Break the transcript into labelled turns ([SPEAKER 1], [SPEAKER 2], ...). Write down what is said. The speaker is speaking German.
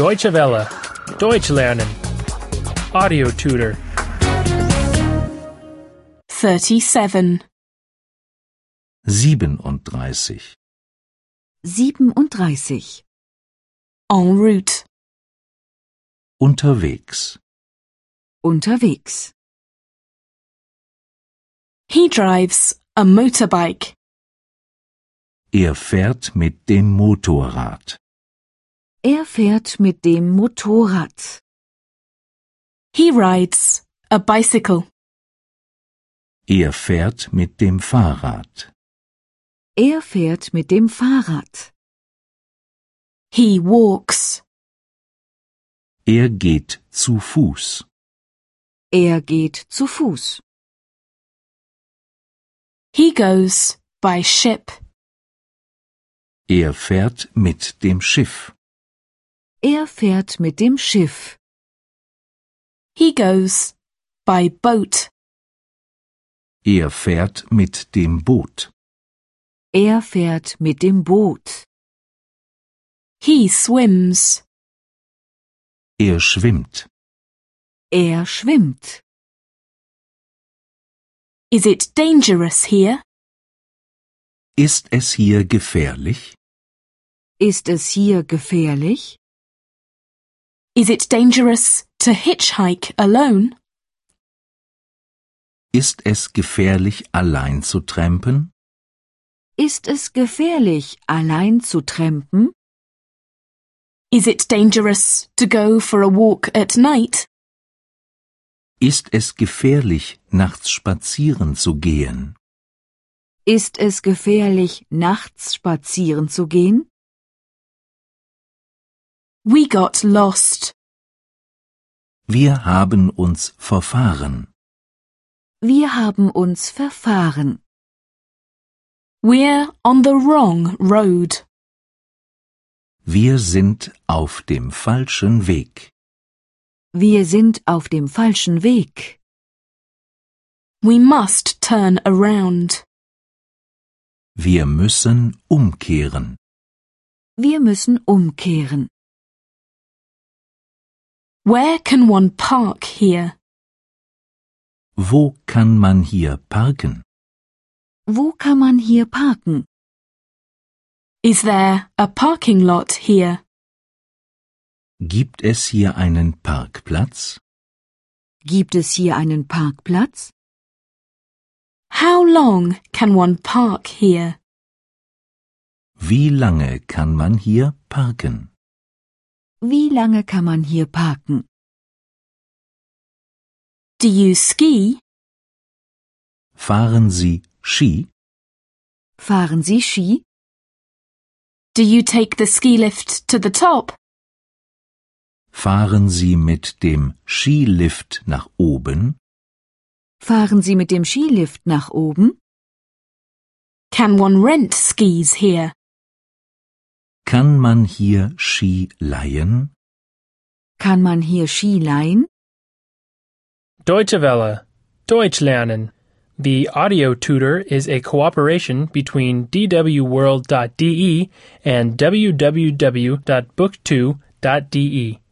[SPEAKER 1] Deutsche Welle. Deutsch lernen. Audio tutor.
[SPEAKER 2] 37.
[SPEAKER 3] 37.
[SPEAKER 4] 37.
[SPEAKER 2] En route.
[SPEAKER 3] Unterwegs.
[SPEAKER 4] Unterwegs.
[SPEAKER 2] He drives a motorbike.
[SPEAKER 3] Er fährt mit dem Motorrad.
[SPEAKER 4] Er fährt mit dem Motorrad.
[SPEAKER 2] He rides a bicycle.
[SPEAKER 3] Er fährt mit dem Fahrrad.
[SPEAKER 4] Er fährt mit dem Fahrrad.
[SPEAKER 2] He walks.
[SPEAKER 3] Er geht zu Fuß.
[SPEAKER 4] Er geht zu Fuß.
[SPEAKER 2] He goes by ship.
[SPEAKER 3] Er fährt mit dem Schiff.
[SPEAKER 4] Er fährt mit dem Schiff.
[SPEAKER 2] He goes by boat.
[SPEAKER 3] Er fährt mit dem Boot.
[SPEAKER 4] Er fährt mit dem Boot.
[SPEAKER 2] He swims.
[SPEAKER 3] Er schwimmt.
[SPEAKER 4] Er schwimmt.
[SPEAKER 2] Is it dangerous here?
[SPEAKER 3] Ist es hier gefährlich?
[SPEAKER 4] Ist es hier gefährlich?
[SPEAKER 2] Is it dangerous to hitchhike alone?
[SPEAKER 3] Ist es gefährlich, allein zu trampen?
[SPEAKER 4] Ist es gefährlich, allein zu trampen?
[SPEAKER 2] Is it dangerous to go for a walk at night?
[SPEAKER 3] Ist es gefährlich, nachts spazieren zu gehen?
[SPEAKER 4] Ist es gefährlich, nachts spazieren zu gehen?
[SPEAKER 2] We got lost.
[SPEAKER 3] Wir haben uns verfahren.
[SPEAKER 4] Wir haben uns verfahren.
[SPEAKER 2] We're on the wrong road.
[SPEAKER 3] Wir sind auf dem falschen Weg.
[SPEAKER 4] Wir sind auf dem falschen Weg.
[SPEAKER 2] We must turn around.
[SPEAKER 3] Wir müssen umkehren.
[SPEAKER 4] Wir müssen umkehren.
[SPEAKER 2] Where can one park here?
[SPEAKER 3] Wo kann man hier parken?
[SPEAKER 4] Wo kann man hier parken?
[SPEAKER 2] Is there a parking lot here?
[SPEAKER 3] Gibt es hier einen Parkplatz?
[SPEAKER 4] Gibt es hier einen Parkplatz?
[SPEAKER 2] How long can one park here?
[SPEAKER 3] Wie lange kann man hier parken?
[SPEAKER 4] Wie lange kann man hier parken?
[SPEAKER 2] Do you ski?
[SPEAKER 3] Fahren Sie Ski?
[SPEAKER 4] Fahren Sie Ski?
[SPEAKER 2] Do you take the ski lift to the top?
[SPEAKER 3] Fahren Sie mit dem Skilift nach oben?
[SPEAKER 4] Fahren Sie mit dem Skilift nach oben?
[SPEAKER 2] Can one rent skis here?
[SPEAKER 3] Kann man hier Ski leihen?
[SPEAKER 4] Kann man hier Ski leihen?
[SPEAKER 1] Deutsche Welle. Deutsch lernen. The audio tutor is a cooperation between E dwworld.de and www.book2.de.